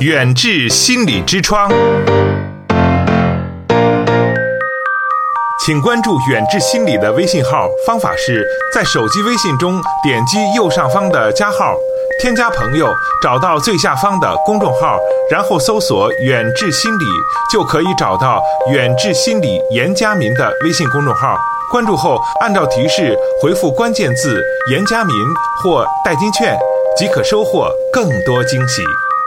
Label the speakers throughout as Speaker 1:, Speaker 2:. Speaker 1: 远至心理之窗，请关注远志心理的微信号，方法是在手机微信中点击右上方的加号，添加朋友，找到最下方的公众号，然后搜索“远志心理”，就可以找到远志心理严家民的微信公众号。关注后，按照提示回复关键字“严家民”或“代金券”，即可收获更多惊喜。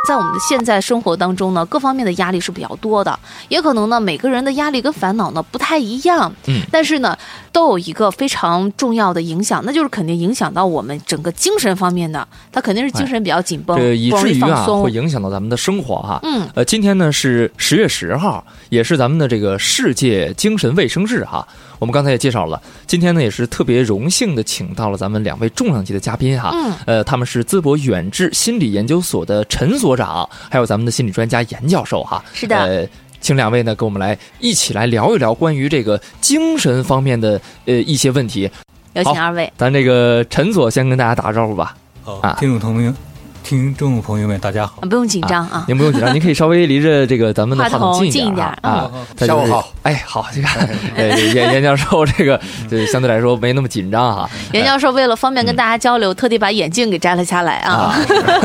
Speaker 2: 在我们的现在生活当中呢，各方面的压力是比较多的，也可能呢每个人的压力跟烦恼呢不太一样，
Speaker 3: 嗯，
Speaker 2: 但是呢都有一个非常重要的影响，那就是肯定影响到我们整个精神方面的，他肯定是精神比较紧绷，
Speaker 3: 哎这以
Speaker 2: 不容
Speaker 3: 至
Speaker 2: 易
Speaker 3: 于
Speaker 2: 放
Speaker 3: 啊会
Speaker 2: 松，
Speaker 3: 影响到咱们的生活哈、
Speaker 2: 嗯，
Speaker 3: 呃，今天呢是十月十号，也是咱们的这个世界精神卫生日哈。我们刚才也介绍了，今天呢也是特别荣幸的请到了咱们两位重量级的嘉宾哈。
Speaker 2: 嗯，
Speaker 3: 呃，他们是淄博远志心理研究所的陈所长，还有咱们的心理专家严教授哈。
Speaker 2: 是的
Speaker 3: 呃请两位呢，跟我们来一起来聊一聊关于这个精神方面的呃一些问题。
Speaker 2: 有请
Speaker 3: 好
Speaker 2: 二位，
Speaker 3: 咱这个陈所先跟大家打个招呼吧。
Speaker 4: 好
Speaker 3: 啊，
Speaker 4: 听众朋友们，听众朋友们，大家好
Speaker 2: 啊。不用紧张啊，
Speaker 3: 您不用紧张，您可以稍微离着这个咱们的话
Speaker 2: 话
Speaker 3: 筒
Speaker 2: 筒
Speaker 3: 近一点
Speaker 2: 近一点
Speaker 3: 啊。他
Speaker 5: 下
Speaker 3: 就
Speaker 5: 午
Speaker 3: 是
Speaker 5: 好，
Speaker 3: 哎，好，这个 呃，严严教授这个就相对来说没那么紧张哈
Speaker 2: 袁教授为了方便跟大家交流，特地把眼镜给摘了下来啊，
Speaker 3: 啊，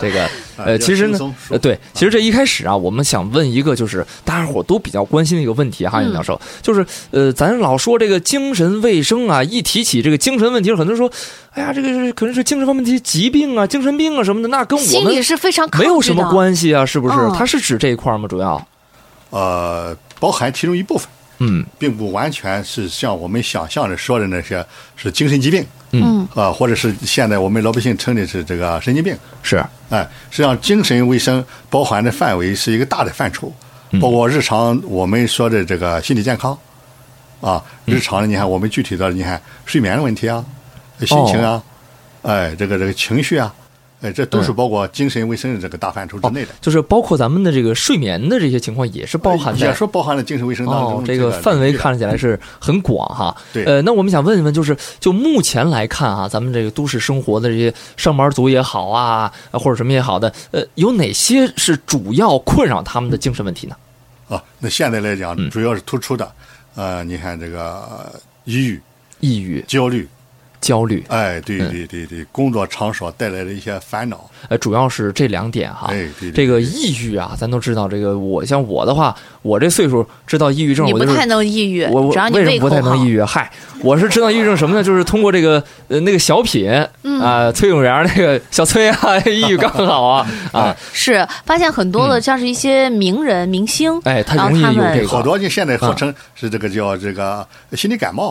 Speaker 3: 这个呃，
Speaker 5: 比较
Speaker 3: 其实
Speaker 5: 啊轻
Speaker 3: 呢
Speaker 5: 松，
Speaker 3: 呃，对，其实这一开始啊，我们想问一个就是大家伙都比较关心的一个问题哈，
Speaker 2: 嗯
Speaker 3: 严教授，就是呃，咱老说这个精神卫生啊，一提起这个精神问题，很多人说，哎呀，这个是可能是精神方面的一些疾病啊、精神病啊什么的，那跟我
Speaker 2: 心里
Speaker 3: 们
Speaker 2: 是非常抗
Speaker 3: 没有
Speaker 2: 拒
Speaker 3: 什么
Speaker 2: 的
Speaker 3: 关系啊，是不是
Speaker 2: 嗯？
Speaker 3: 它是指这一块儿吗？主要，
Speaker 5: 呃，包含其中一部分，
Speaker 3: 嗯
Speaker 5: 并不完全是像我们想象的说的那些是精神疾病
Speaker 2: 嗯
Speaker 5: 啊、或者是现在我们老百姓称的是这个神经病。
Speaker 3: 是，
Speaker 5: 哎、实际上精神卫生包含的范围是一个大的范畴，
Speaker 3: 嗯
Speaker 5: 包括日常我们说的这个心理健康啊，
Speaker 3: 嗯
Speaker 5: 日常的你看我们具体的你看睡眠问题啊，
Speaker 3: 哦
Speaker 5: 心情啊，哎，这个这个情绪啊，哎，这都是包括精神卫生的这个大范畴之内的。
Speaker 3: 哦就是包括咱们的这个睡眠的这些情况也是包含在
Speaker 5: 呃也。说包含了精神卫生当中、
Speaker 3: 哦，这个范围看起来是很广哈。
Speaker 5: 对
Speaker 3: 呃，那我们想问一问，就是就目前来看啊，咱们这个都市生活的这些上班族也好啊，呃或者什么也好的，呃，有哪些是主要困扰他们的精神问题呢？
Speaker 5: 啊。那现在来讲
Speaker 3: 嗯，
Speaker 5: 主要是突出的，呃，你看这个呃抑郁、
Speaker 3: 抑郁、
Speaker 5: 焦虑，
Speaker 3: 焦虑，
Speaker 5: 哎，对
Speaker 3: 嗯
Speaker 5: 对对对，工作场所带来的一些烦恼，
Speaker 3: 呃，主要是这两点哈。
Speaker 5: 哎，对对
Speaker 3: 这个抑郁啊，咱都知道，这个我像我的话，我这岁数知道抑郁症，
Speaker 2: 你
Speaker 3: 我
Speaker 2: 不
Speaker 3: 就是
Speaker 2: 太能抑郁
Speaker 3: 我，我
Speaker 2: 只要你
Speaker 3: 为什么
Speaker 2: 胃
Speaker 3: 不
Speaker 2: 口
Speaker 3: 太
Speaker 2: 好
Speaker 3: 能抑，郁？嗨，我是知道抑郁症什么呢？就是通过这个呃那个小品啊、
Speaker 2: 嗯
Speaker 3: 崔永元儿那个小崔啊， 抑郁刚好 啊
Speaker 2: 嗯
Speaker 3: 啊，
Speaker 2: 是发现很多的
Speaker 3: 嗯
Speaker 2: 像是一些名人明星，
Speaker 3: 哎，他
Speaker 2: 然后
Speaker 3: 容易
Speaker 2: 他
Speaker 3: 有
Speaker 2: 们
Speaker 3: 这个嗯
Speaker 5: 好多就现在号称是这个叫这个心理感冒，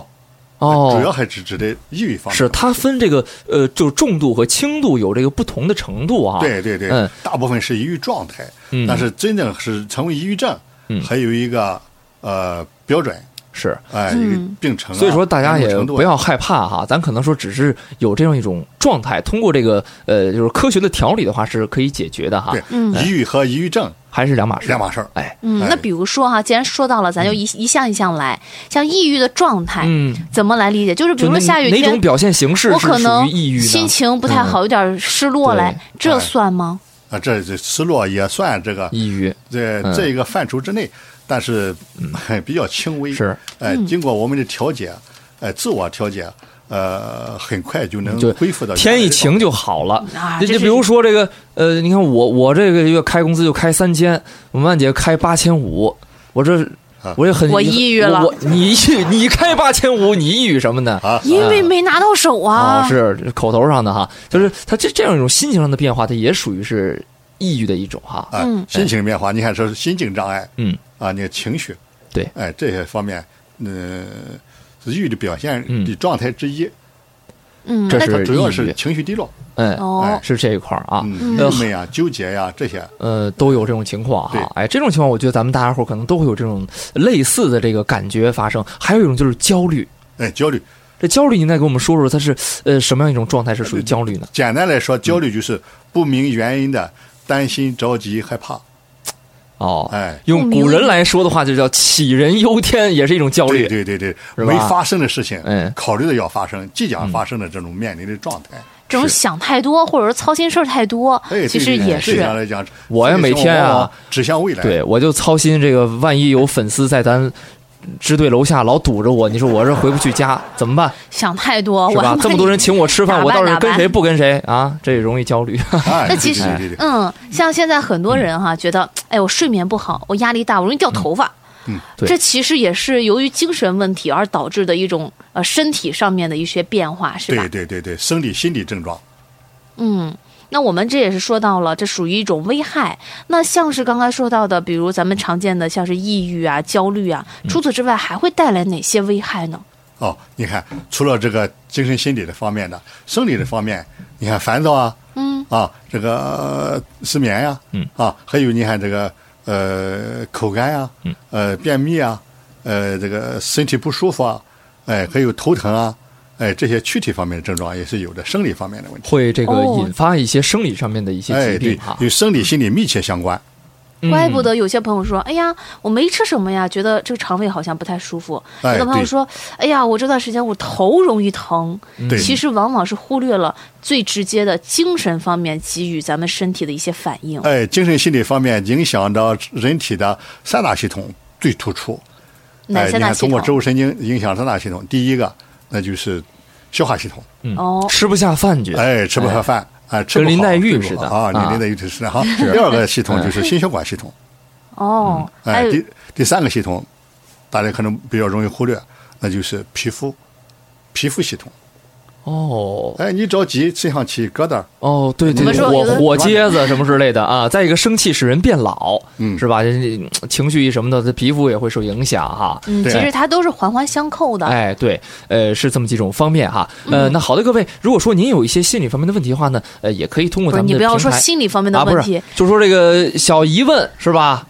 Speaker 5: 主要
Speaker 3: 哦，
Speaker 5: 还是指的抑郁方面。
Speaker 3: 是它分这个呃，就是重度和轻度有这个不同的程度啊。
Speaker 5: 对对对，
Speaker 3: 嗯
Speaker 5: 大部分是抑郁状态，
Speaker 3: 嗯
Speaker 5: 但是真正是成为抑郁症，
Speaker 3: 嗯
Speaker 5: 还有一个呃标准，
Speaker 3: 是，
Speaker 5: 哎，一个病程啊、
Speaker 3: 所以说大家
Speaker 5: 严
Speaker 3: 也
Speaker 5: 重程度啊
Speaker 3: 不要害怕哈，咱可能说只是有这样一种状态，通过这个呃，就是科学的调理的话是可以解决的哈
Speaker 5: 对，
Speaker 2: 嗯
Speaker 5: 抑郁和抑郁症
Speaker 3: 还是两码事，
Speaker 5: 两码事儿。
Speaker 3: 哎，
Speaker 2: 嗯，那
Speaker 5: 哎
Speaker 2: 比如说哈、既然说到了，咱就一、一项一项来。像抑郁的状态，
Speaker 3: 嗯，
Speaker 2: 怎么来理解？哎就是比
Speaker 3: 就
Speaker 2: 如说
Speaker 3: 那
Speaker 2: 下雨
Speaker 3: 哪种
Speaker 2: 天，
Speaker 3: 表现形式
Speaker 2: 我
Speaker 3: 是
Speaker 2: 可
Speaker 3: 属
Speaker 2: 能
Speaker 3: 于抑郁呢？嗯
Speaker 2: 心情不太好，有点失落来，这算吗？
Speaker 5: 啊，这这失落也算这个
Speaker 3: 抑郁
Speaker 5: 这
Speaker 3: 嗯
Speaker 5: 这一个范畴之内，但是很 比较轻微。
Speaker 3: 是，
Speaker 5: 哎，经过我们的调节，哎，自我调节，呃，很快就能
Speaker 3: 就
Speaker 5: 恢复到
Speaker 3: 天一晴就好了
Speaker 2: 呃啊。
Speaker 3: 就
Speaker 2: 这
Speaker 3: 就是比如说这个，呃，你看我我这个月开工资就开三千，我曼姐开八千五，我这
Speaker 5: 啊
Speaker 3: 我也很
Speaker 2: 我抑郁了
Speaker 3: 我我你抑郁你开八千五，你抑郁什么呢？
Speaker 5: 啊，
Speaker 2: 因为没拿到手啊。
Speaker 3: 哦，哎是口头上的哈，就是他这这样一种心情上的变化，它也属于是抑郁的一种哈。
Speaker 5: 啊
Speaker 2: 嗯，
Speaker 5: 心情变化，你看这是心境障碍，
Speaker 3: 嗯，
Speaker 5: 啊，你的情绪，
Speaker 3: 对
Speaker 5: 哎，这些方面，嗯，是抑郁的表现
Speaker 3: 嗯
Speaker 5: 的状态之一，
Speaker 2: 嗯，
Speaker 3: 这
Speaker 2: 那
Speaker 3: 是
Speaker 5: 它主要
Speaker 3: 抑
Speaker 5: 是
Speaker 3: 郁
Speaker 5: 情绪低落，
Speaker 3: 嗯，
Speaker 2: 哦
Speaker 5: 哎，
Speaker 3: 是这一块儿啊。
Speaker 5: 嗯，
Speaker 3: 呃
Speaker 5: 郁闷啊、纠结呀这些，
Speaker 3: 呃，都有这种情况哈
Speaker 5: 对。
Speaker 3: 哎，这种情况，我觉得咱们大家伙儿可能都会有这种类似的这个感觉发生。还有一种就是焦虑，
Speaker 5: 哎，焦虑。
Speaker 3: 这焦虑您再给我们说说，它是呃什么样一种状态是属于焦虑呢？
Speaker 5: 简单来说，焦虑就是不明原因的担心、着急、害怕，
Speaker 3: 哦，
Speaker 5: 哎，
Speaker 3: 用古人来说的话，就叫杞人忧天，也是一种焦
Speaker 5: 对
Speaker 3: 虑。
Speaker 5: 对对对，
Speaker 3: 吧
Speaker 5: 没发生的事情
Speaker 3: 嗯，
Speaker 5: 考虑的要发生，即将发生的这种面临的状态，
Speaker 2: 这种
Speaker 5: 是
Speaker 2: 想太多或者说操心事儿太多
Speaker 5: 哎，
Speaker 2: 其实
Speaker 5: 对对
Speaker 2: 也
Speaker 5: 对这样
Speaker 2: 是。
Speaker 5: 来讲，
Speaker 3: 我
Speaker 5: 也
Speaker 3: 呀每天啊，
Speaker 5: 指向未来，
Speaker 3: 对，我就操心这个，万一有粉丝在咱支队楼下老堵着我，你说我这回不去家怎么办？
Speaker 2: 想太多，
Speaker 3: 是
Speaker 2: 啊我
Speaker 3: 吧
Speaker 2: 还？
Speaker 3: 这么多人请我吃饭，
Speaker 2: 打扮
Speaker 3: 我倒是
Speaker 2: 打扮
Speaker 3: 跟谁不跟谁啊？这容易焦虑。
Speaker 5: 哎，
Speaker 2: 那其实
Speaker 5: 对对对对
Speaker 2: 嗯，像现在很多人哈、觉得，哎，我睡眠不好，我压力大，我容易掉头发。
Speaker 5: 嗯嗯
Speaker 3: 对
Speaker 2: 这其实也是由于精神问题而导致的一种呃身体上面的一些变化，是吧？
Speaker 5: 对对对对，生理心理症状，
Speaker 2: 嗯，那我们这也是说到了，这属于一种危害。那像是刚才说到的，比如咱们常见的像是抑郁啊、焦虑啊，
Speaker 5: 嗯
Speaker 2: 除此之外还会带来哪些危害呢？
Speaker 5: 哦，你看，除了这个精神心理的方面的，生理的方面，你看烦躁啊，嗯，啊，这个、呃失眠呀、
Speaker 3: 嗯，
Speaker 5: 啊，还有你看这个呃口干呀、
Speaker 3: 嗯，
Speaker 5: 呃便秘啊，呃这个身体不舒服啊，哎、还有头疼啊，哎、这些躯体方面的症状也是有的，生理方面的问题，
Speaker 3: 会这个
Speaker 2: 哦
Speaker 3: 引发一些生理上面的一些
Speaker 5: 哎，
Speaker 3: 疾
Speaker 5: 对
Speaker 3: 病哈，。
Speaker 5: 与生理心理密切相关，
Speaker 3: 嗯
Speaker 2: 怪不得有些朋友说：“哎呀，我没吃什么呀，觉得这个肠胃好像不太舒服。”
Speaker 5: 哎
Speaker 2: 有的朋友
Speaker 5: 对嗯
Speaker 2: 说：“哎呀，我这段时间我头容易疼。”
Speaker 5: 对，
Speaker 2: 其实往往是忽略了最直接的精神方面给予咱们身体的一些反应。
Speaker 3: 嗯
Speaker 5: 哎，精神心理方面影响到人体的三大系统最突出。
Speaker 2: 哪些
Speaker 5: 哎、你
Speaker 2: 大
Speaker 5: 看，
Speaker 2: 系
Speaker 5: 通
Speaker 2: 统
Speaker 5: 过？周神经影响三大系统，第一个那就是消化系统，
Speaker 2: 哦，
Speaker 3: 嗯吃不下饭觉，
Speaker 5: 哎，吃不下饭，哎，吃不
Speaker 3: 跟
Speaker 5: 好
Speaker 3: 林黛玉
Speaker 5: 睡不
Speaker 3: 似的
Speaker 5: 好啊，
Speaker 3: 啊哎
Speaker 5: 你林黛玉就是的哈。第二个系统就是心血管系统，
Speaker 2: 哦，还
Speaker 5: 哎，
Speaker 2: 有
Speaker 5: 第第三个系统，大家可能比较容易忽略，那就是皮肤，皮肤系统。
Speaker 3: 哦
Speaker 5: 哎，你着急，身上起疙瘩，
Speaker 3: 哦，对对
Speaker 2: 们
Speaker 3: 对，
Speaker 2: 说
Speaker 3: 火
Speaker 2: 有的
Speaker 3: 火疖子什么之类的啊。 再一个，生气使人变老，
Speaker 5: 嗯
Speaker 3: 是吧？人家情绪一什么的，这皮肤也会受影响哈。
Speaker 2: 嗯，其
Speaker 5: 对哎
Speaker 2: 实它都是环环相扣的。
Speaker 3: 哎，对，呃，是这么几种方面哈。
Speaker 2: 嗯
Speaker 3: 呃，那好的，各位，如果说您有一些心理方面的问题的话呢，呃，也可以通过
Speaker 2: 不是
Speaker 3: 咱们
Speaker 2: 你
Speaker 3: 的
Speaker 2: 不
Speaker 3: 平
Speaker 2: 要
Speaker 3: 台
Speaker 2: 说心理方面的
Speaker 3: 啊，不
Speaker 2: 问
Speaker 3: 是
Speaker 2: 题，，
Speaker 3: 就说这个小疑问是吧？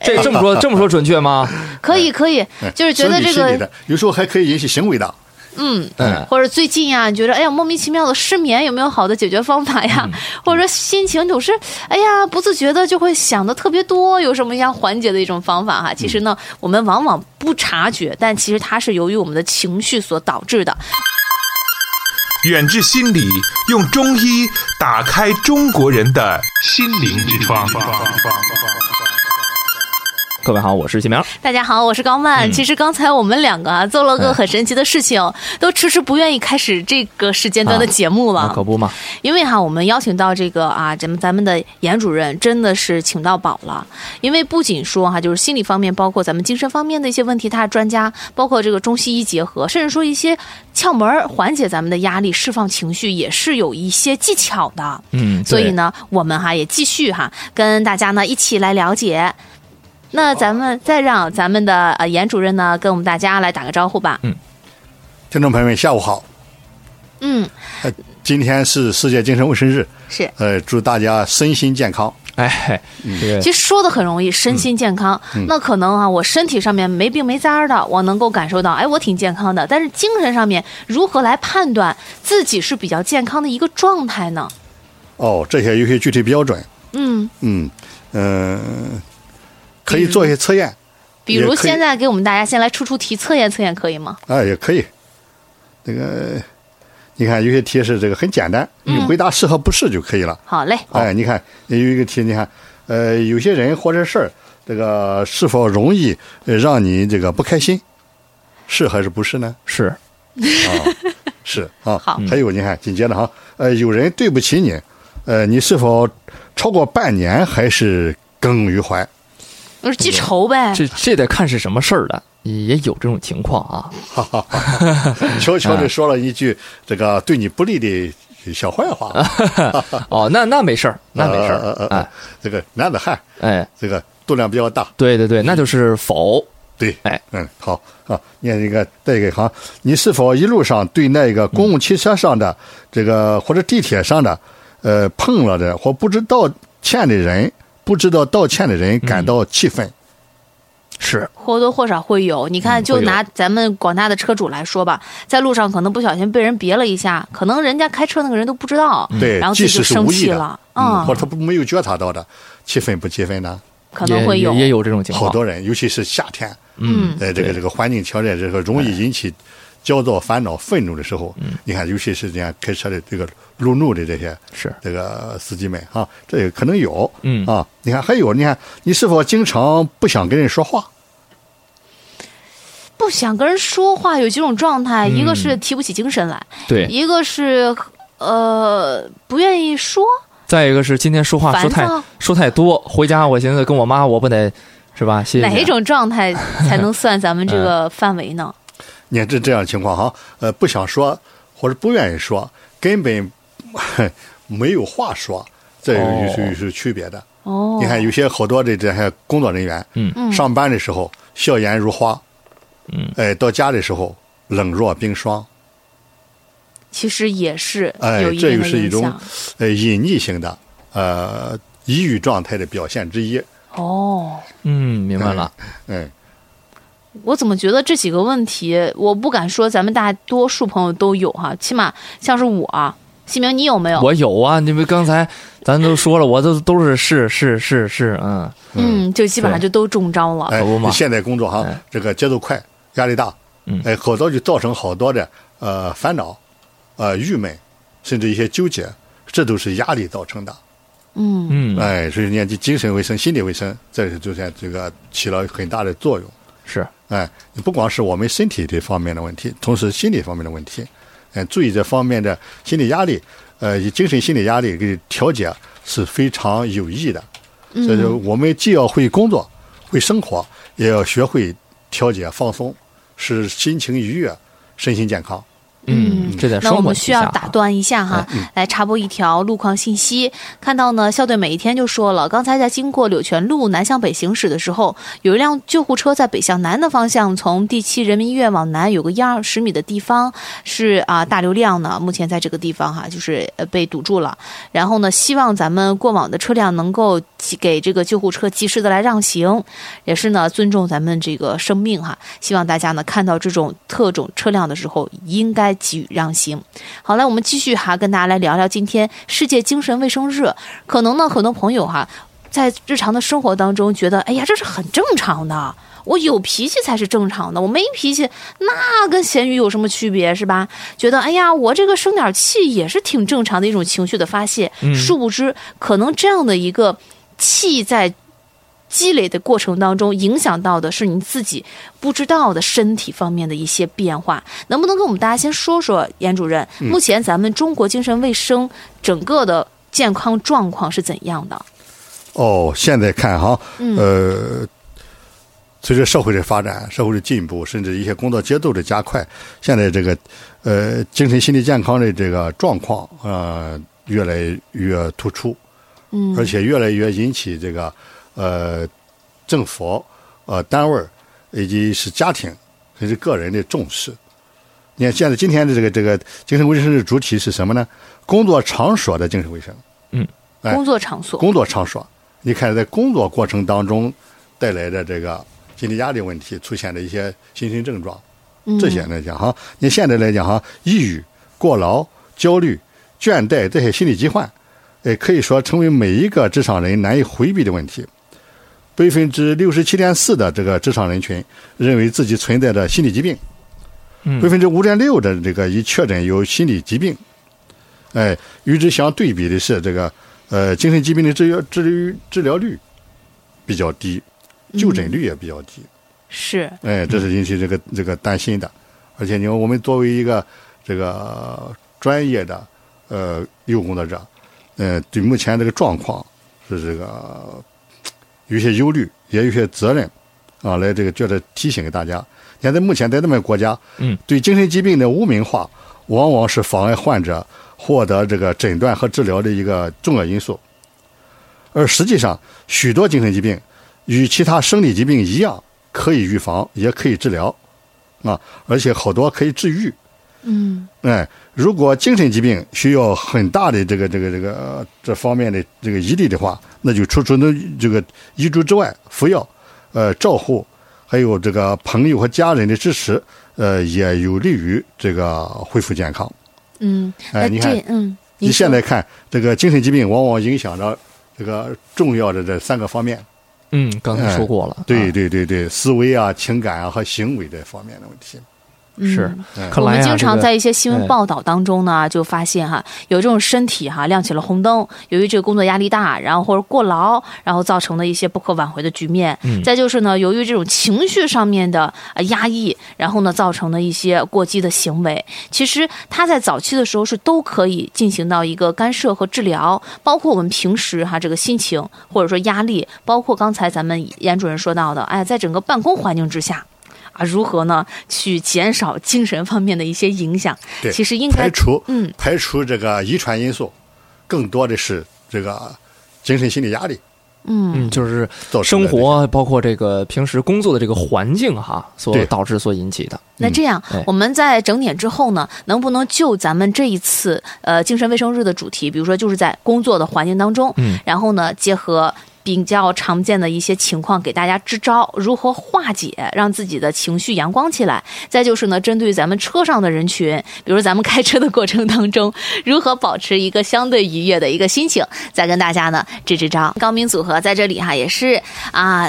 Speaker 2: 哎
Speaker 3: 这这么说这么说准确吗？
Speaker 2: 可以可以
Speaker 5: 哎，
Speaker 2: 就是觉得
Speaker 5: 生理
Speaker 2: 这
Speaker 5: 心理
Speaker 2: 个
Speaker 5: 的，有时候还可以引起行为的。
Speaker 2: 嗯。
Speaker 3: 嗯，
Speaker 2: 或者最近呀，你觉得哎呀莫名其妙的失眠，有没有好的解决方法呀？
Speaker 3: 嗯
Speaker 2: 或者说心情总是哎呀不自觉的就会想的特别多，有什么样缓解的一种方法哈？
Speaker 3: 嗯
Speaker 2: 其实呢，我们往往不察觉，但其实它是由于我们的情绪所导致的。
Speaker 1: 远志心理用中医打开中国人的心灵之窗。
Speaker 3: 各位好，我是谢明儿。
Speaker 2: 大家好，我是高
Speaker 3: 嗯
Speaker 2: 曼。其实刚才我们两个啊做了个很神奇的事情，都迟迟不愿意开始这个时间段的
Speaker 3: 啊
Speaker 2: 节目了。
Speaker 3: 那可不嘛，
Speaker 2: 因为哈，我们邀请到这个啊，咱们咱们的严主任真的是请到宝了。因为不仅说哈，就是心理方面，包括咱们精神方面的一些问题，他是专家，包括这个中西医结合，甚至说一些窍门儿缓解咱们的压力、释放情绪，也是有一些技巧的。
Speaker 3: 嗯，对
Speaker 2: 所以，呢，我们哈也继续哈跟大家呢一起来了解。那咱们再让咱们的呃严主任呢跟我们大家来打个招呼
Speaker 3: 嗯
Speaker 2: 吧。
Speaker 5: 听众朋友们，下午好，
Speaker 2: 嗯，
Speaker 5: 呃今天是世界精神卫生日，
Speaker 2: 是。
Speaker 5: 呃，祝大家身心健康。
Speaker 3: 哎，这个
Speaker 2: 其实说的很容易，身心健康。
Speaker 5: 嗯
Speaker 2: 那可能啊，我身体上面没病没灾儿的，我能够感受到，哎，我挺健康的。但是精神上面如何来判断自己是比较健康的一个状态呢？
Speaker 5: 哦，这些有些具体标准，
Speaker 2: 嗯，
Speaker 5: 嗯嗯、呃可以做一些测验，
Speaker 2: 比
Speaker 5: 也
Speaker 2: 如
Speaker 5: 可以
Speaker 2: 现在给我们大家先来出出题，测验测验可以吗？
Speaker 5: 啊，也可以。这个你看，有些题是这个很简单，你回答是和不是就可以了。
Speaker 2: 嗯好嘞，
Speaker 5: 哎，你看有一个题，你看，呃，有些人或者事儿，这个是否容易呃让你这个不开心，是还是不是呢？
Speaker 3: 是
Speaker 5: 是啊。
Speaker 2: 好
Speaker 5: 还有你看，紧接着哈，呃，有人对不起你，呃，你是否超过半年还是耿耿于怀？
Speaker 2: 就是记仇呗。
Speaker 3: 这这得看是什么事儿了，也有这种情况啊。
Speaker 5: 悄悄的说了一句这个对你不利的小坏话，
Speaker 3: 哦，那那没事儿，那没事
Speaker 5: 呃呃
Speaker 3: 儿，
Speaker 5: 呃呃
Speaker 3: 哎
Speaker 5: 这个男子汉，
Speaker 3: 哎，
Speaker 5: 这个肚量比较大，
Speaker 3: 对对对，那就是否，
Speaker 5: 对，
Speaker 3: 哎，
Speaker 5: 嗯，好啊，你看这个再一个哈，你是否一路上对那个公共汽车上的、这个或者地铁上的，呃，碰了的或不知道歉的人，不知道道歉的人感到气愤？
Speaker 3: 是
Speaker 2: 或多或少会有。你看，就
Speaker 3: 会有
Speaker 2: 拿咱们广大的车主来说吧，在路上可能不小心被人别了一下，可能人家开车那个人都不知道，
Speaker 5: 嗯对
Speaker 2: 然后，自
Speaker 5: 即
Speaker 2: 己就
Speaker 5: 使是
Speaker 2: 生
Speaker 5: 无意
Speaker 2: 气
Speaker 5: 的
Speaker 2: 了，，
Speaker 5: 嗯，
Speaker 2: 嗯
Speaker 5: 或，者他不没有觉察到的，气愤不气愤呢？
Speaker 2: 可
Speaker 3: 也
Speaker 2: 能会
Speaker 3: 也也有这种情况，
Speaker 5: 好多人，尤其是夏天，
Speaker 2: 嗯，
Speaker 5: 呃，这个
Speaker 3: 对哎
Speaker 5: 这个环境条件，这个容易引起焦躁、烦恼、愤怒的时候，你看，尤其是你看开车的这个路怒的这些
Speaker 3: 嗯是
Speaker 5: 这个司机们啊，这也可能有，
Speaker 3: 嗯
Speaker 5: 啊，你看还有，你看你是否经常不想跟人说话？
Speaker 2: 不想跟人说话，有几种状态，
Speaker 5: 嗯
Speaker 2: 一个是提不起精神来，
Speaker 3: 对。
Speaker 2: 一个是呃不愿意说，
Speaker 3: 再一个是今天说话说太
Speaker 2: 烦躁
Speaker 3: 说太多，回家我寻思跟我妈，我不得是吧？谢谢
Speaker 2: 哪
Speaker 3: 你啊
Speaker 2: 一种状态才能算咱们这个范围 呢？
Speaker 5: 哎你看这这样的情况哈，呃，不想说或者不愿意说，根本 没有话说，这有有
Speaker 3: 哦
Speaker 5: 有有是区别的。
Speaker 2: 哦，
Speaker 5: 你看有些好多的这些工作人员，
Speaker 3: 嗯
Speaker 2: 嗯
Speaker 5: 上班的时候笑颜如花，
Speaker 3: 嗯，
Speaker 5: 哎，到家的时候冷若冰霜，
Speaker 2: 其实也是
Speaker 5: 哎
Speaker 2: 有一
Speaker 5: 这
Speaker 2: 定
Speaker 5: 个
Speaker 2: 的
Speaker 5: 是一
Speaker 2: 影
Speaker 5: 种
Speaker 2: 响。
Speaker 5: 呃，隐匿型的，呃，抑郁状态的表现之一，
Speaker 2: 哦，
Speaker 3: 嗯，明白了。
Speaker 5: 哎，
Speaker 2: 我怎么觉得这几个问题，我不敢说咱们大多数朋友都有哈，起码像是我啊，西明你有没有？
Speaker 3: 我有啊，你们刚才咱都说了，我都都是是是是是，嗯，
Speaker 2: 嗯，就基本上就都中招了。
Speaker 5: 哎
Speaker 3: 可不啊嘛，
Speaker 5: 现在工作哈
Speaker 3: 哎，
Speaker 5: 这个节奏快，压力大，
Speaker 3: 嗯
Speaker 5: 哎，好多就造成好多的呃烦恼，呃郁闷，甚至一些纠结，这都是压力造成的。
Speaker 2: 嗯，
Speaker 3: 嗯，
Speaker 5: 哎，所以你看，这精神卫生、心理卫生，这就在这个起了很大的作用。
Speaker 3: 是，
Speaker 5: 哎，不光是我们身体这方面的问题，同时心理方面的问题，嗯，注意这方面的心理压力，呃，以精神心理压力给调节是非常有益的。所以说，我们既要会工作，会生活，也要学会调节放松，使心情愉悦，身心健康。
Speaker 3: 嗯，这在
Speaker 2: 那
Speaker 3: 生
Speaker 2: 我
Speaker 3: 活
Speaker 2: 们
Speaker 3: 底
Speaker 2: 需要
Speaker 3: 下
Speaker 2: 打
Speaker 3: 啊
Speaker 2: 断一下哈，嗯来插播一条路况信息。看到呢，校队每一天就说了，刚才在经过柳泉路南向北行驶的时候，有一辆救护车在北向南的方向，从第七人民医院往南有个一二十米的地方是啊大流量呢，目前在这个地方哈，就是呃被堵住了。然后呢，希望咱们过往的车辆能够及给这个救护车及时的来让行，也是呢尊重咱们这个生命哈。希望大家呢看到这种特种车辆的时候，应该给予让行。好，来我们继续哈，跟大家来聊聊今天世界精神卫生日。可能呢，很多朋友哈，在日常的生活当中觉得，哎呀，这是很正常的。我有脾气才是正常的，我没脾气，那跟咸鱼有什么区别是吧？觉得哎呀，我这个生点气也是挺正常的一种情绪的发泄。殊不知，可能这样的一个气在积累的过程当中，影响到的是你自己不知道的身体方面的一些变化。能不能跟我们大家先说说，严主任，
Speaker 5: 嗯
Speaker 2: 目前咱们中国精神卫生整个的健康状况是怎样的？
Speaker 5: 哦，现在看哈，
Speaker 2: 嗯
Speaker 5: 呃，随着社会的发展、社会的进步，甚至一些工作节奏的加快，现在这个呃精神心理健康的这个状况呃越来越突出，
Speaker 2: 嗯，
Speaker 5: 而且越来越引起这个呃政府、呃单位儿以及是家庭甚至个人的重视。你看，现在今天的这个这个精神卫生的主体是什么呢？工作场所的精神卫生。哎
Speaker 2: 工作场所，
Speaker 5: 工作场所，你看在工作过程当中带来的这个心理压力问题出现的一些新型症状，这些来讲哈，你现在来讲哈，抑郁、过劳、焦虑、倦怠这些心理疾患，呃，可以说成为每一个职场人难以回避的问题。百分之六十七点四的这个职场人群认为自己存在着心理疾病，
Speaker 3: 嗯
Speaker 5: 百分之五点六的这个已确诊有心理疾病。哎，与之相对比的是，这个呃精神疾病的治疗治疗治疗率比较低，就诊率也比较低。
Speaker 2: 是
Speaker 5: 哎，这是引起这个这个担心的。而且你说我们作为一个这个呃专业的呃医务工作者，呃，对目前这个状况是这个呃有些忧虑，也有些责任啊，来这个觉得提醒给大家。现在目前在咱们国家，
Speaker 3: 嗯，
Speaker 5: 对精神疾病的污名化，往往是妨碍患者获得这个诊断和治疗的一个重要因素。而实际上，许多精神疾病与其他生理疾病一样，可以预防，也可以治疗，啊，而且好多可以治愈。
Speaker 2: 嗯，
Speaker 5: 哎，如果精神疾病需要很大的这个这个这个、呃这方面的这个医力的话，那就除除了这个医嘱之外，服药、呃照护，还有这个朋友和家人的支持，呃，也有利于这个恢复健康。
Speaker 2: 嗯，那
Speaker 5: 哎你
Speaker 2: 这嗯，
Speaker 5: 你
Speaker 2: 您
Speaker 5: 现
Speaker 2: 说
Speaker 5: 在看，这个精神疾病往往影响着这个重要的这三个方面，
Speaker 3: 嗯，刚才
Speaker 5: 哎
Speaker 3: 说过了，
Speaker 5: 对
Speaker 3: 啊，
Speaker 5: 对对对，思维啊、情感啊和行为这方面的问题。
Speaker 3: 是，看
Speaker 2: 嗯我
Speaker 3: 来
Speaker 2: 们
Speaker 3: 呀
Speaker 2: 经常
Speaker 3: 这个
Speaker 2: 在一些新闻
Speaker 3: 哎
Speaker 2: 报道当中呢，就发现哈，有这种身体哈亮起了红灯，由于这个工作压力大，然后或者过劳，然后造成的一些不可挽回的局面。
Speaker 3: 嗯
Speaker 2: 再就是呢，由于这种情绪上面的呃压抑，然后呢造成的一些过激的行为，其实它在早期的时候是都可以进行到一个干涉和治疗，包括我们平时哈这个心情或者说压力，包括刚才咱们严主任说到的，哎，在整个办公环境之下。啊，如何呢？去减少精神方面的一些影响。
Speaker 5: 对
Speaker 2: 其实应该
Speaker 5: 排除
Speaker 2: 嗯
Speaker 5: 排除这个遗传因素，更多的是这个精神心理压力
Speaker 3: 嗯，就是
Speaker 5: 造成
Speaker 3: 生
Speaker 5: 的这些。
Speaker 3: 活包括这个平时工作的这个环境哈，所
Speaker 5: 对
Speaker 3: 导致所引起的。
Speaker 5: 嗯
Speaker 2: 那这样，
Speaker 3: 对
Speaker 2: 我们在整点之后呢，能不能就咱们这一次呃精神卫生日的主题，比如说就是在工作的环境当中，
Speaker 3: 嗯
Speaker 2: 然后呢结合。比较常见的一些情况，给大家支招，如何化解，让自己的情绪阳光起来。再就是呢，针对咱们车上的人群，比如咱们开车的过程当中，如何保持一个相对愉悦的一个心情，再跟大家呢支支招。高明组合在这里哈，也是啊，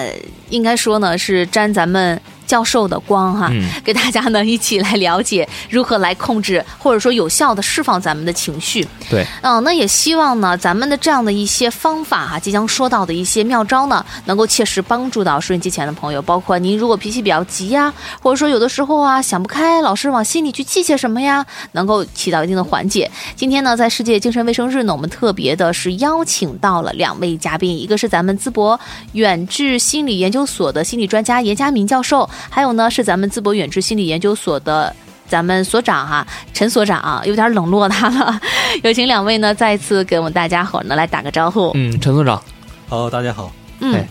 Speaker 2: 应该说呢是沾咱们教授的光哈，
Speaker 3: 嗯
Speaker 2: 给大家呢一起来了解如何来控制或者说有效的释放咱们的情绪。
Speaker 3: 对，
Speaker 2: 嗯，那也希望呢，咱们的这样的一些方法哈、即将说到的一些妙招呢，能够切实帮助到收音机前的朋友，包括您如果脾气比较急呀，或者说有的时候啊想不开，老是往心里去记些什么呀，能够起到一定的缓解。今天呢，在世界精神卫生日呢，我们特别的是邀请到了两位嘉宾，一个是咱们淄博远志心理研究所的心理专家严家明教授，还有呢是咱们淄博远志心理研究所的。咱们所长哈、陈所长、啊、 有点冷落他了，有请两位呢，再一次给我们大家伙儿呢来打个招呼。
Speaker 3: 嗯，陈所长
Speaker 4: 好，大家好，
Speaker 2: 嗯，
Speaker 3: 哎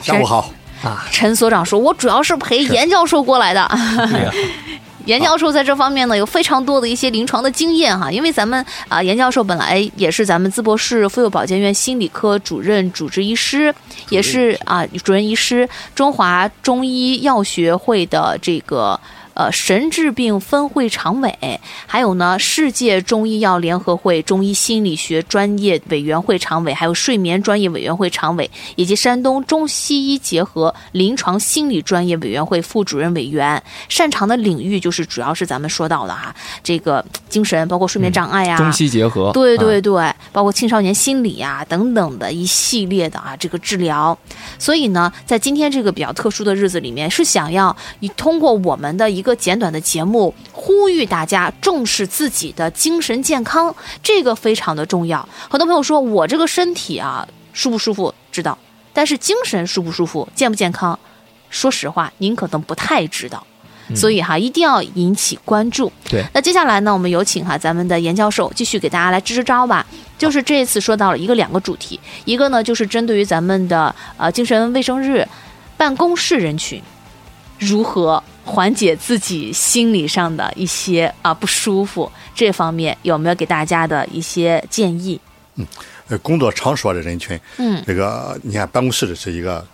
Speaker 5: 下午好，
Speaker 3: 啊，
Speaker 2: 陈所长说：“我主要是陪严教授过来的。
Speaker 4: 对呀、
Speaker 2: 严教授在这方面呢有非常多的一些临床的经验哈，因为咱们啊、严教授本来也是咱们淄博市妇幼保健院心理科主任主治医师，也是啊、主任医师，中华中医药学会的这个。呃，神志病分会常委，还有呢，世界中医药联合会中医心理学专业委员会常委，还有睡眠专业委员会常委，以及山东中西医结合临床心理专业委员会副主任委员。擅长的领域就是主要是咱们说到的哈、这个精神包括睡眠障碍啊，
Speaker 3: 嗯中西结合。
Speaker 2: 对
Speaker 3: 啊
Speaker 2: 对对，包括青少年心理啊等等的一系列的啊这个治疗，所以呢，在今天这个比较特殊的日子里面，是想要以通过我们的一个简短的节目，呼吁大家重视自己的精神健康，这个非常的重要。很多朋友说我这个身体啊舒不舒服知道，但是精神舒不舒服、健不健康，说实话您可能不太知道，所以哈一定要引起关注。
Speaker 3: 对，
Speaker 2: 那接下来呢，我们有请哈咱们的严教授继续给大家来支支招吧。就是这一次说到了一个两个主题，一个呢就是针对于咱们的呃精神卫生日，办公室人群如何缓解自己心理上的一些啊、不舒服这方面，有没有给大家的一些建议？
Speaker 5: 呃，工作场所的人群，
Speaker 2: 嗯
Speaker 5: 这个你看办公室的是一个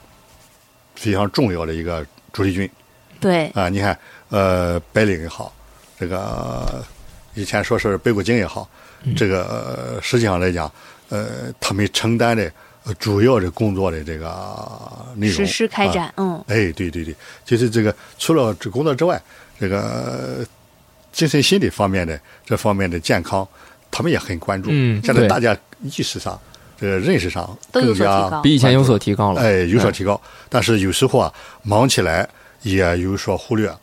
Speaker 5: 非常重要的一个主力军
Speaker 2: 对，
Speaker 5: 啊、你看，呃，白领也好，这个呃以前说是白骨精也好，
Speaker 2: 嗯
Speaker 5: 这个、呃实际上来讲，呃，他们承担的呃主要的工作的这个内容
Speaker 2: 实施开
Speaker 5: 啊
Speaker 2: 展，嗯
Speaker 5: 哎，对对对，就是这个除了这工作之外，这个精神心理方面的这方面的健康，他们也很关注。
Speaker 3: 嗯
Speaker 5: 现
Speaker 3: 对
Speaker 5: 在大家意识上、这个认识上
Speaker 2: 都有
Speaker 5: 更
Speaker 2: 所提高
Speaker 5: 加
Speaker 3: 比以前有所提高了。嗯
Speaker 5: 哎有所提高，但是有时候啊，忙起来也有所忽略，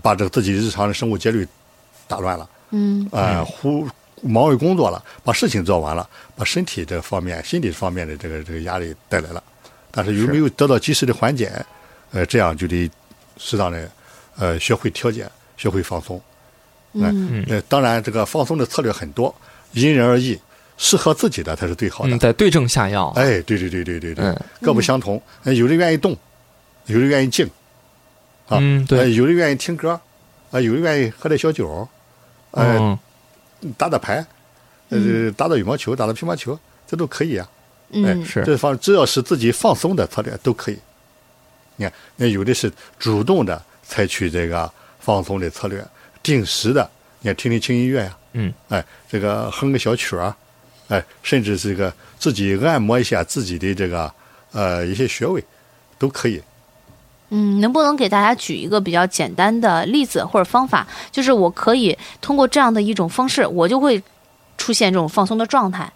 Speaker 5: 把这个自己日常的生活节律打乱了。
Speaker 2: 嗯，
Speaker 5: 啊，忽忙于工作了，把事情做完了，把身体这方面、心理方面的这个这个压力带来了，但是有没有得到及时的缓解？呃，这样就得适当的呃学会调节，学会放松。嗯，呃，当然这个放松的策略很多，因人而异，适合自己的才是最好的。
Speaker 3: 嗯，得对症下药。
Speaker 5: 哎，对对对对对对，
Speaker 3: 嗯
Speaker 5: 各不相同。呃有的愿意动，有的愿意静，啊，
Speaker 3: 嗯，
Speaker 5: 呃
Speaker 3: 对，
Speaker 5: 有的愿意听歌，啊、有的愿意喝点小酒，呃，
Speaker 3: 嗯，
Speaker 5: 打打牌，呃，打打羽毛球，打打乒乓球，这都可以啊。
Speaker 2: 嗯
Speaker 5: 哎，
Speaker 3: 是
Speaker 5: 这方只要是自己放松的策略都可以。你看，那有的是主动的采取这个放松的策略，定时的，你看听听轻音乐呀、
Speaker 3: 嗯，
Speaker 5: 哎，这个哼个小曲儿啊，哎，甚至这个自己按摩一下自己的这个呃一些穴位，都可以。
Speaker 2: 嗯，能不能给大家举一个比较简单的例子或者方法？就是我可以通过这样的一种方式，我就会出现这种放松的状态，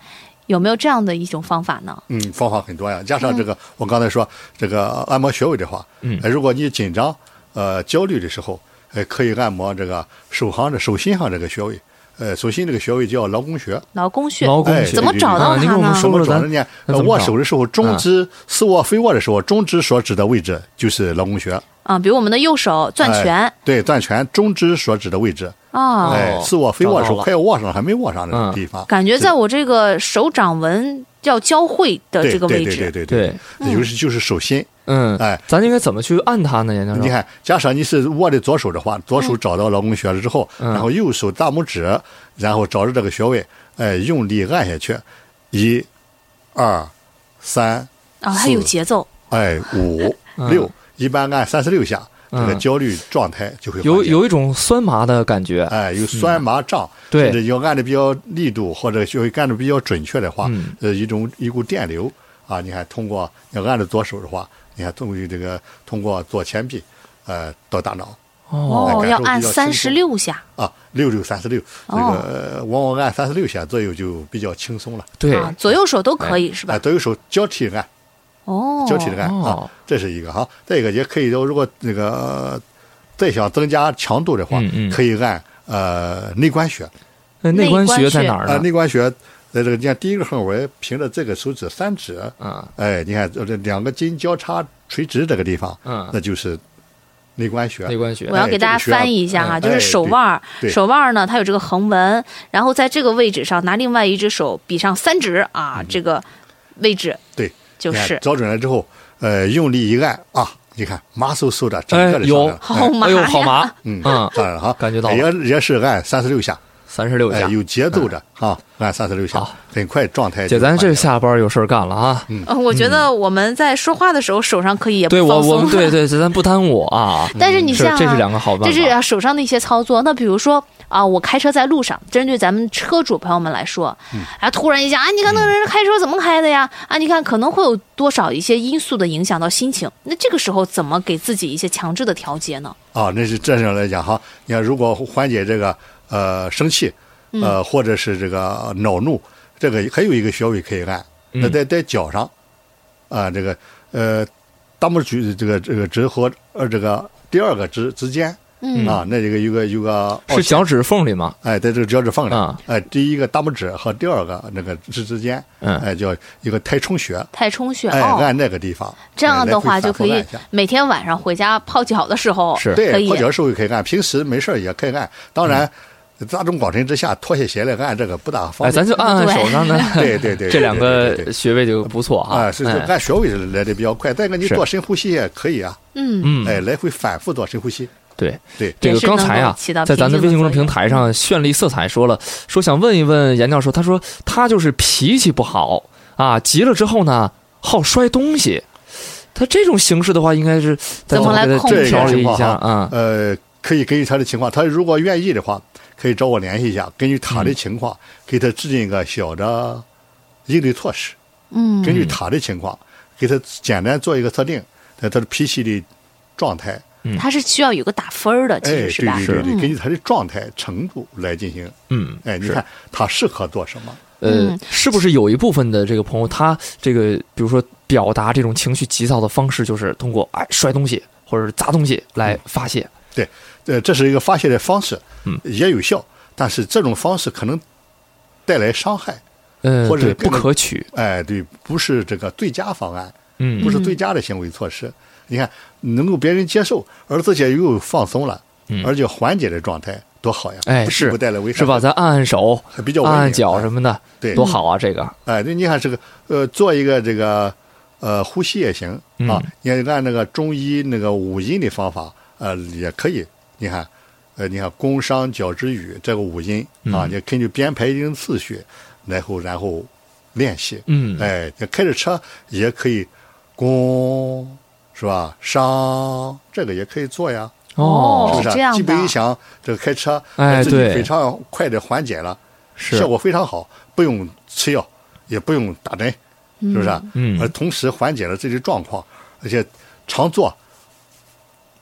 Speaker 2: 有没有这样的一种方法呢？
Speaker 5: 嗯，方法很多呀。加上这个，我刚才说这个按摩穴位的话，
Speaker 3: 嗯
Speaker 5: 呃如果你紧张、呃焦虑的时候，呃，可以按摩这个手行的手心上这个穴位，呃，手心这个穴位叫劳宫穴。
Speaker 2: 劳宫穴，
Speaker 3: 劳宫
Speaker 5: 哎
Speaker 3: 穴
Speaker 2: 怎么找到
Speaker 3: 啊您
Speaker 2: 它
Speaker 3: 给我们
Speaker 2: 呢？
Speaker 3: 说
Speaker 5: 怎么
Speaker 3: 说
Speaker 5: 找
Speaker 3: 咱
Speaker 5: 人家？
Speaker 3: 咱
Speaker 5: 呃
Speaker 3: 怎么啊
Speaker 5: 握
Speaker 3: 找
Speaker 5: 手的时候，中指似握非握的时候，中指所指的位置就是劳宫穴。
Speaker 2: 啊，比如我们的右手攥
Speaker 5: 哎
Speaker 2: 拳
Speaker 5: 对，攥拳，中指所指的位置。
Speaker 2: 啊，
Speaker 5: 哎，似握非握的
Speaker 3: 哦找
Speaker 5: 时
Speaker 3: 到
Speaker 5: 候，
Speaker 3: 了
Speaker 5: 快握上了还没握上
Speaker 3: 嗯
Speaker 5: 的地方。
Speaker 2: 感觉
Speaker 5: 是
Speaker 2: 在我这个手掌纹要交汇的
Speaker 5: 对
Speaker 2: 这个
Speaker 5: 对
Speaker 2: 位
Speaker 5: 对对
Speaker 2: 置，
Speaker 5: 对
Speaker 3: 对，
Speaker 5: 对，尤其就是手心。
Speaker 3: 嗯，
Speaker 5: 哎
Speaker 3: 咱应该怎么去按它呢？严教授，
Speaker 5: 你看，假设你是握的左手的话，左手找到劳宫穴了之后，
Speaker 3: 嗯
Speaker 5: 然后右手大拇指，然后找着这个穴位，哎、用力按下去，一、二、三，
Speaker 2: 啊，它有
Speaker 5: 是
Speaker 2: 节奏，
Speaker 5: 哎，五、
Speaker 3: 嗯
Speaker 5: 六，一般按三十六下，这个
Speaker 3: 嗯
Speaker 5: 焦虑状态就会
Speaker 3: 有
Speaker 5: 缓解
Speaker 3: 有一种酸麻的感觉，
Speaker 5: 哎，有酸麻胀，
Speaker 3: 对
Speaker 5: 甚至要按的比较力度或者就会按的比较准确的话，
Speaker 3: 嗯
Speaker 5: 呃，一种一股电流啊，你看通过要按着左手的话，你看通过这个通过左前臂，呃，到大脑
Speaker 3: 哦，
Speaker 2: 哦，
Speaker 5: 感
Speaker 2: 要
Speaker 5: 受比
Speaker 2: 按
Speaker 5: 较
Speaker 2: 三
Speaker 5: 轻
Speaker 2: 十
Speaker 5: 松
Speaker 2: 六下，
Speaker 5: 啊，六六三十六，这个、
Speaker 2: 哦
Speaker 5: 呃往往按三十六下左右就比较轻松了，
Speaker 3: 对，
Speaker 2: 啊，左右手都可以是
Speaker 5: 啊，
Speaker 2: 吧？
Speaker 5: 都有手交替按，
Speaker 2: 哦，
Speaker 5: 交替的按、
Speaker 3: 哦
Speaker 5: 啊，这是一个哈。再一个也可以，如果那个、呃再想增加强度的话，
Speaker 3: 嗯嗯
Speaker 5: 可以按呃内关穴。
Speaker 3: 那哎内
Speaker 2: 内
Speaker 3: 关
Speaker 2: 关
Speaker 3: 穴在
Speaker 2: 穴
Speaker 3: 哪儿
Speaker 5: 啊，
Speaker 3: 呢？
Speaker 5: 内关穴，在这个你看第一个横纹，凭着这个手指三指，
Speaker 3: 啊，
Speaker 5: 哎，你看这这两个筋交叉垂直这个地方，
Speaker 3: 嗯
Speaker 5: 那就是内关穴。
Speaker 3: 内关穴
Speaker 2: 我要给大家翻译一下哈，
Speaker 5: 哎
Speaker 2: 就是
Speaker 5: 这个需要
Speaker 2: 手腕儿
Speaker 5: 哎，对对
Speaker 2: 手腕儿呢，它有这个横纹，然后在这个位置上拿另外一只手比上三指啊，
Speaker 3: 嗯
Speaker 2: 这个位置
Speaker 5: 对，
Speaker 2: 就
Speaker 5: 你看
Speaker 2: 是
Speaker 5: 找准了之后，呃，用力一按啊，你看麻嗖嗖的，整
Speaker 3: 哎
Speaker 5: 个的
Speaker 3: 有
Speaker 5: 上来了
Speaker 2: 好麻
Speaker 3: 哎呦，好
Speaker 2: 呀，
Speaker 3: 麻，
Speaker 5: 嗯，
Speaker 3: 嗯，
Speaker 5: 当然了哈，
Speaker 3: 感觉到了
Speaker 5: 也也是按三十六下，
Speaker 3: 三十六
Speaker 5: 哎
Speaker 3: 下，，
Speaker 5: 有节奏的哈，按三十六下
Speaker 3: 好，
Speaker 5: 很快状态就
Speaker 3: 姐，
Speaker 5: 缓解了。
Speaker 3: 咱这下班有事儿干了啊。
Speaker 2: 呃 我觉得我们在说话的时候手上可以也
Speaker 3: 对
Speaker 2: 不
Speaker 3: 我，
Speaker 2: 放松
Speaker 3: 我 们对对，咱不耽误啊。哦
Speaker 2: 但是你
Speaker 3: 是
Speaker 2: 像啊
Speaker 3: 这是两个好办法，
Speaker 2: 这是啊手上的一些操作。那比如说啊，我开车在路上，针对咱们车主朋友们来说，
Speaker 3: 嗯
Speaker 2: 啊，突然一下啊，你看那个人开车怎么开的呀？啊，你看可能会有多少一些因素的影响到心情。那这个时候怎么给自己一些强制的调节呢？
Speaker 5: 啊，那是这样来讲哈，你看，如果缓解这个呃生气，呃或者是这个呃恼怒，这个还有一个穴位可以按，
Speaker 3: 嗯
Speaker 5: 那在在脚上，啊、这个呃大拇指这个这个指和呃这个第二个指之间，
Speaker 2: 嗯
Speaker 5: 啊，那这个有个有个凹
Speaker 3: 是
Speaker 5: 陷
Speaker 3: 脚趾缝里吗？
Speaker 5: 哎，在这个脚趾缝上
Speaker 3: 啊，
Speaker 5: 哎，第一个大拇指和第二个那个指之间，
Speaker 3: 嗯
Speaker 5: 哎，叫一个太冲穴，
Speaker 2: 太冲穴
Speaker 5: 哎，
Speaker 2: 哦，
Speaker 5: 按那个地方，
Speaker 2: 这样
Speaker 5: 哎
Speaker 2: 的话就可。
Speaker 5: 来回
Speaker 2: 以
Speaker 5: 反复按一下
Speaker 2: 每天晚上回家泡脚的时候
Speaker 3: 是
Speaker 2: 可
Speaker 5: 对，
Speaker 2: 以
Speaker 5: 泡脚的时候也可以按，平时没事儿也可以按。当
Speaker 3: 嗯
Speaker 5: 然，大众广深之下脱下鞋来按这个不大方
Speaker 3: 哎，
Speaker 5: 便。
Speaker 3: 咱就按按
Speaker 2: 哦对
Speaker 3: 手 上的，
Speaker 5: 对对对
Speaker 3: 这两
Speaker 5: 对对
Speaker 3: 个
Speaker 5: 对
Speaker 3: 穴位就不错啊。
Speaker 5: 啊，是是
Speaker 3: 哎
Speaker 5: 按穴位来的比较快。再一个，你
Speaker 3: 是
Speaker 5: 做深呼吸也可以啊，
Speaker 2: 嗯
Speaker 3: 嗯，
Speaker 5: 哎，来回反复做深呼吸。
Speaker 3: 对
Speaker 5: 对
Speaker 3: 这个刚
Speaker 2: 也是
Speaker 3: 才
Speaker 2: 能
Speaker 3: 啊
Speaker 2: 够起到，
Speaker 3: 在咱的微
Speaker 2: 平
Speaker 3: 信
Speaker 2: 静
Speaker 3: 公
Speaker 2: 的嗯
Speaker 3: 众平台上，绚丽色彩说了，说想问一问严教授，他说他就是脾气不好啊，急了之后呢，好摔东西。他这种形式的话，应该是咱
Speaker 2: 怎么来
Speaker 3: 给他
Speaker 2: 控制
Speaker 5: 这
Speaker 3: 调
Speaker 5: 个
Speaker 3: 理
Speaker 5: 情
Speaker 3: 一
Speaker 5: 况
Speaker 3: 下
Speaker 5: 哈
Speaker 3: 啊？
Speaker 5: 呃，可以根据他的情况，他如果愿意的话，可以找我联系一下，根据
Speaker 3: 嗯
Speaker 5: 他的情况，给他制定一个小的应对措施。
Speaker 2: 嗯
Speaker 5: 根据他的情况，给他简单做一个测定，在他的脾气的状态，
Speaker 2: 它是需要有个打分儿的，其
Speaker 5: 哎，
Speaker 2: 实
Speaker 5: 对
Speaker 2: 是吧？
Speaker 5: 对对对，
Speaker 2: 嗯
Speaker 5: 根据他的状态程度来进行。
Speaker 3: 嗯，
Speaker 5: 哎，你
Speaker 3: 是
Speaker 5: 看他适合做什么？
Speaker 3: 呃
Speaker 2: 嗯，
Speaker 3: 是不是有一部分的这个朋友，他这个比如说表达这种情绪急躁的方式，就是通过哎摔东西或者是砸东西
Speaker 5: 嗯
Speaker 3: 来发泄？
Speaker 5: 对，呃，这是一个发泄的方式，
Speaker 3: 嗯
Speaker 5: 也有效，但是这种方式可能带来伤害，
Speaker 3: 嗯，
Speaker 5: 或者
Speaker 3: 对，不
Speaker 5: 跟
Speaker 3: 可取。
Speaker 5: 哎，对，不是这个最佳方案，
Speaker 3: 嗯，
Speaker 5: 不是最佳的行为措施。你看，能够别人接受，而自己又有放松了，
Speaker 3: 嗯
Speaker 5: 而且缓解的状态，多好呀！
Speaker 3: 哎
Speaker 5: 不
Speaker 3: 是
Speaker 5: 不带来危害
Speaker 3: 是吧？？咱按按手
Speaker 5: 还比较，
Speaker 3: 按
Speaker 5: 文
Speaker 3: 按
Speaker 5: 明
Speaker 3: 脚
Speaker 5: 哎
Speaker 3: 什么的，
Speaker 5: 对
Speaker 3: 多好啊！这个，
Speaker 5: 哎，对，你看这个，呃，做一个这个，呃，呼吸也行啊
Speaker 3: 嗯，
Speaker 5: 你看按那个中医那个五音的方法，呃，也可以。你看，呃，你看宫商角徵羽这个五音啊，
Speaker 3: 嗯
Speaker 5: 你根据编排一定次序，然后然后练习。
Speaker 3: 嗯
Speaker 5: 哎，你开着车也可以宫是吧？商这个也可以做呀，
Speaker 2: 哦
Speaker 5: 是不是啊？
Speaker 2: 这样的
Speaker 5: 基本一想，这个开车，
Speaker 3: 哎
Speaker 5: 自己
Speaker 3: 对
Speaker 5: 非常快的缓解了。
Speaker 3: 是
Speaker 5: 效果非常好，不用吃药，也不用打针，是不是啊？
Speaker 3: 嗯
Speaker 5: 而同时缓解了自己的状况，而且常做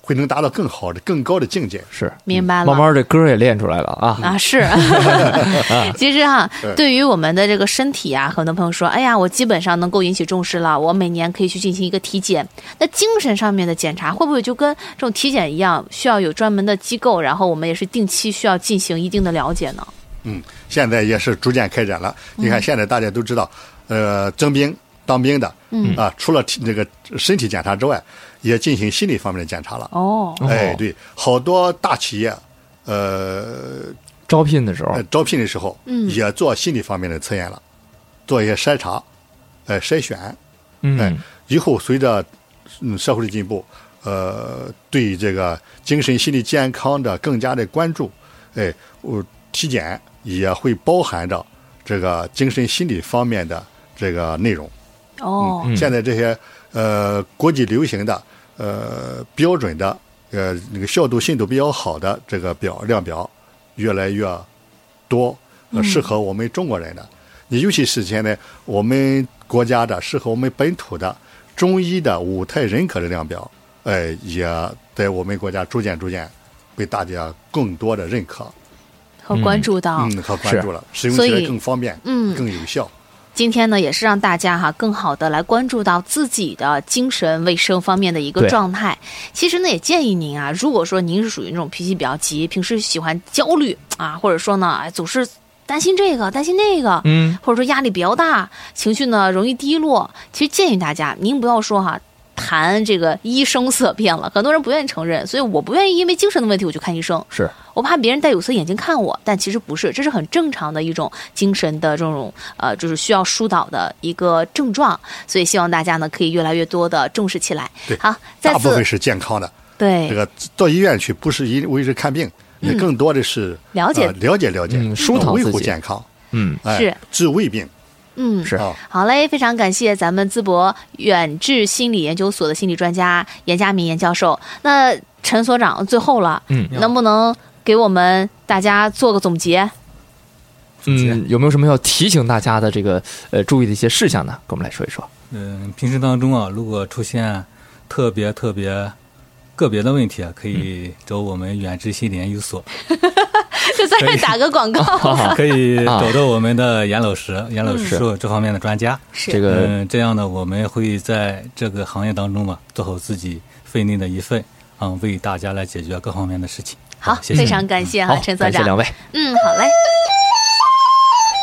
Speaker 5: 会能达到更好的、更高的境界。
Speaker 3: 是，
Speaker 2: 明白了。
Speaker 3: 慢慢这歌也练出来了啊。
Speaker 2: 啊， 是，其实哈，对于我们的这个身体啊，很多朋友说，哎呀，我基本上能够引起重视了，我每年可以去进行一个体检。那精神上面的检查会不会就跟这种体检一样，需要有专门的机构，然后我们也是定期需要进行一定的了解呢？
Speaker 5: 嗯，现在也是逐渐开展了。你看，现在大家都知道，呃，征兵当兵的，嗯啊，除了体这个身体检查之外，也进行心理方面的检查了。
Speaker 2: 哦，
Speaker 3: 嗯
Speaker 5: 哎，对，好多大企业，呃，
Speaker 3: 招聘的时候
Speaker 5: 呃，招聘的时候，
Speaker 2: 嗯
Speaker 5: 也做心理方面的测验了，做一些筛查，呃，筛选，哎
Speaker 3: 嗯，
Speaker 5: 以后随着嗯社会的进步，呃，对这个精神心理健康的更加的关注，哎，我体检也会包含着这个精神心理方面的这个内容。
Speaker 3: 嗯
Speaker 2: 哦，
Speaker 5: 现在这些呃国际流行的呃标准的呃那个效度信度比较好的这个表量表越来越多，呃
Speaker 2: 嗯
Speaker 5: 适合我们中国人的。你尤其是现在我们国家的适合我们本土的中医的五态人格的量表，呃，也在我们国家逐渐逐渐被大家更多的认可，
Speaker 2: 和关注到。
Speaker 5: 嗯，和关注了，使用
Speaker 2: 哦所
Speaker 5: 起来
Speaker 2: 以
Speaker 5: 更方便，
Speaker 2: 嗯
Speaker 5: 更有效。
Speaker 2: 今天呢，也是让大家哈更好的来关注到自己的精神卫生方面的一个
Speaker 3: 对
Speaker 2: 状态。其实呢，也建议您啊，如果说您是属于那种脾气比较急，平时喜欢焦虑啊，或者说呢，哎总是担心这个担心那个，
Speaker 3: 嗯，
Speaker 2: 或者说压力比较大，情绪呢容易低落，其实建议大家，您不要说哈。谈这个医生色变了，很多人不愿意承认，所以我不愿意因为精神的问题我去看医生，
Speaker 3: 是
Speaker 2: 我怕别人戴有色眼镜看我，但其实不是，这是很正常的一种精神的这种呃，就是需要疏导的一个症状，所以希望大家呢可以越来越多的重视起来
Speaker 5: 对。
Speaker 2: 好，再
Speaker 5: 大部
Speaker 2: 次
Speaker 5: 分是健康的，
Speaker 2: 对
Speaker 5: 这个到医院去不是一为是看病，也更多的是
Speaker 2: 嗯了解
Speaker 5: 呃了解了解，
Speaker 3: 嗯疏导
Speaker 5: 呃维
Speaker 3: 自
Speaker 5: 护
Speaker 3: 己
Speaker 5: 健康，
Speaker 3: 嗯，
Speaker 5: 哎
Speaker 2: 是
Speaker 5: 治胃病
Speaker 2: 嗯
Speaker 3: 是
Speaker 5: 啊。
Speaker 2: 好嘞，非常感谢咱们淄博远志心理研究所的心理专家严家明严教授。那陈所长，最后了，
Speaker 3: 嗯
Speaker 2: 能不能给我们大家做个总 结？
Speaker 3: 嗯，有没有什么要提醒大家的这个呃注意的一些事项呢？跟我们来说一说。
Speaker 4: 嗯，平时当中啊，如果出现特别特别个别的问题啊，可以
Speaker 2: 嗯
Speaker 4: 找我们远志心理研究所，
Speaker 2: 就在这儿打个广 告。
Speaker 4: 可以
Speaker 2: 啊
Speaker 4: 找到我们的严老师，严老师这方面的专家。
Speaker 2: 嗯是
Speaker 3: 这个
Speaker 4: 嗯，这样呢，我们会在这个行业当中嘛，做好自己分内的一份，嗯，为大家来解决各方面的事情。
Speaker 2: 好，
Speaker 4: 谢谢
Speaker 2: 非常感谢哈、
Speaker 3: 好，
Speaker 2: 陈所
Speaker 3: 感谢两
Speaker 2: 长。
Speaker 3: 位。
Speaker 2: 嗯，好嘞。